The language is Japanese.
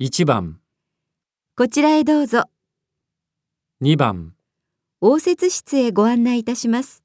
1番、こちらへどうぞ、 2番、応接室へご案内いたします。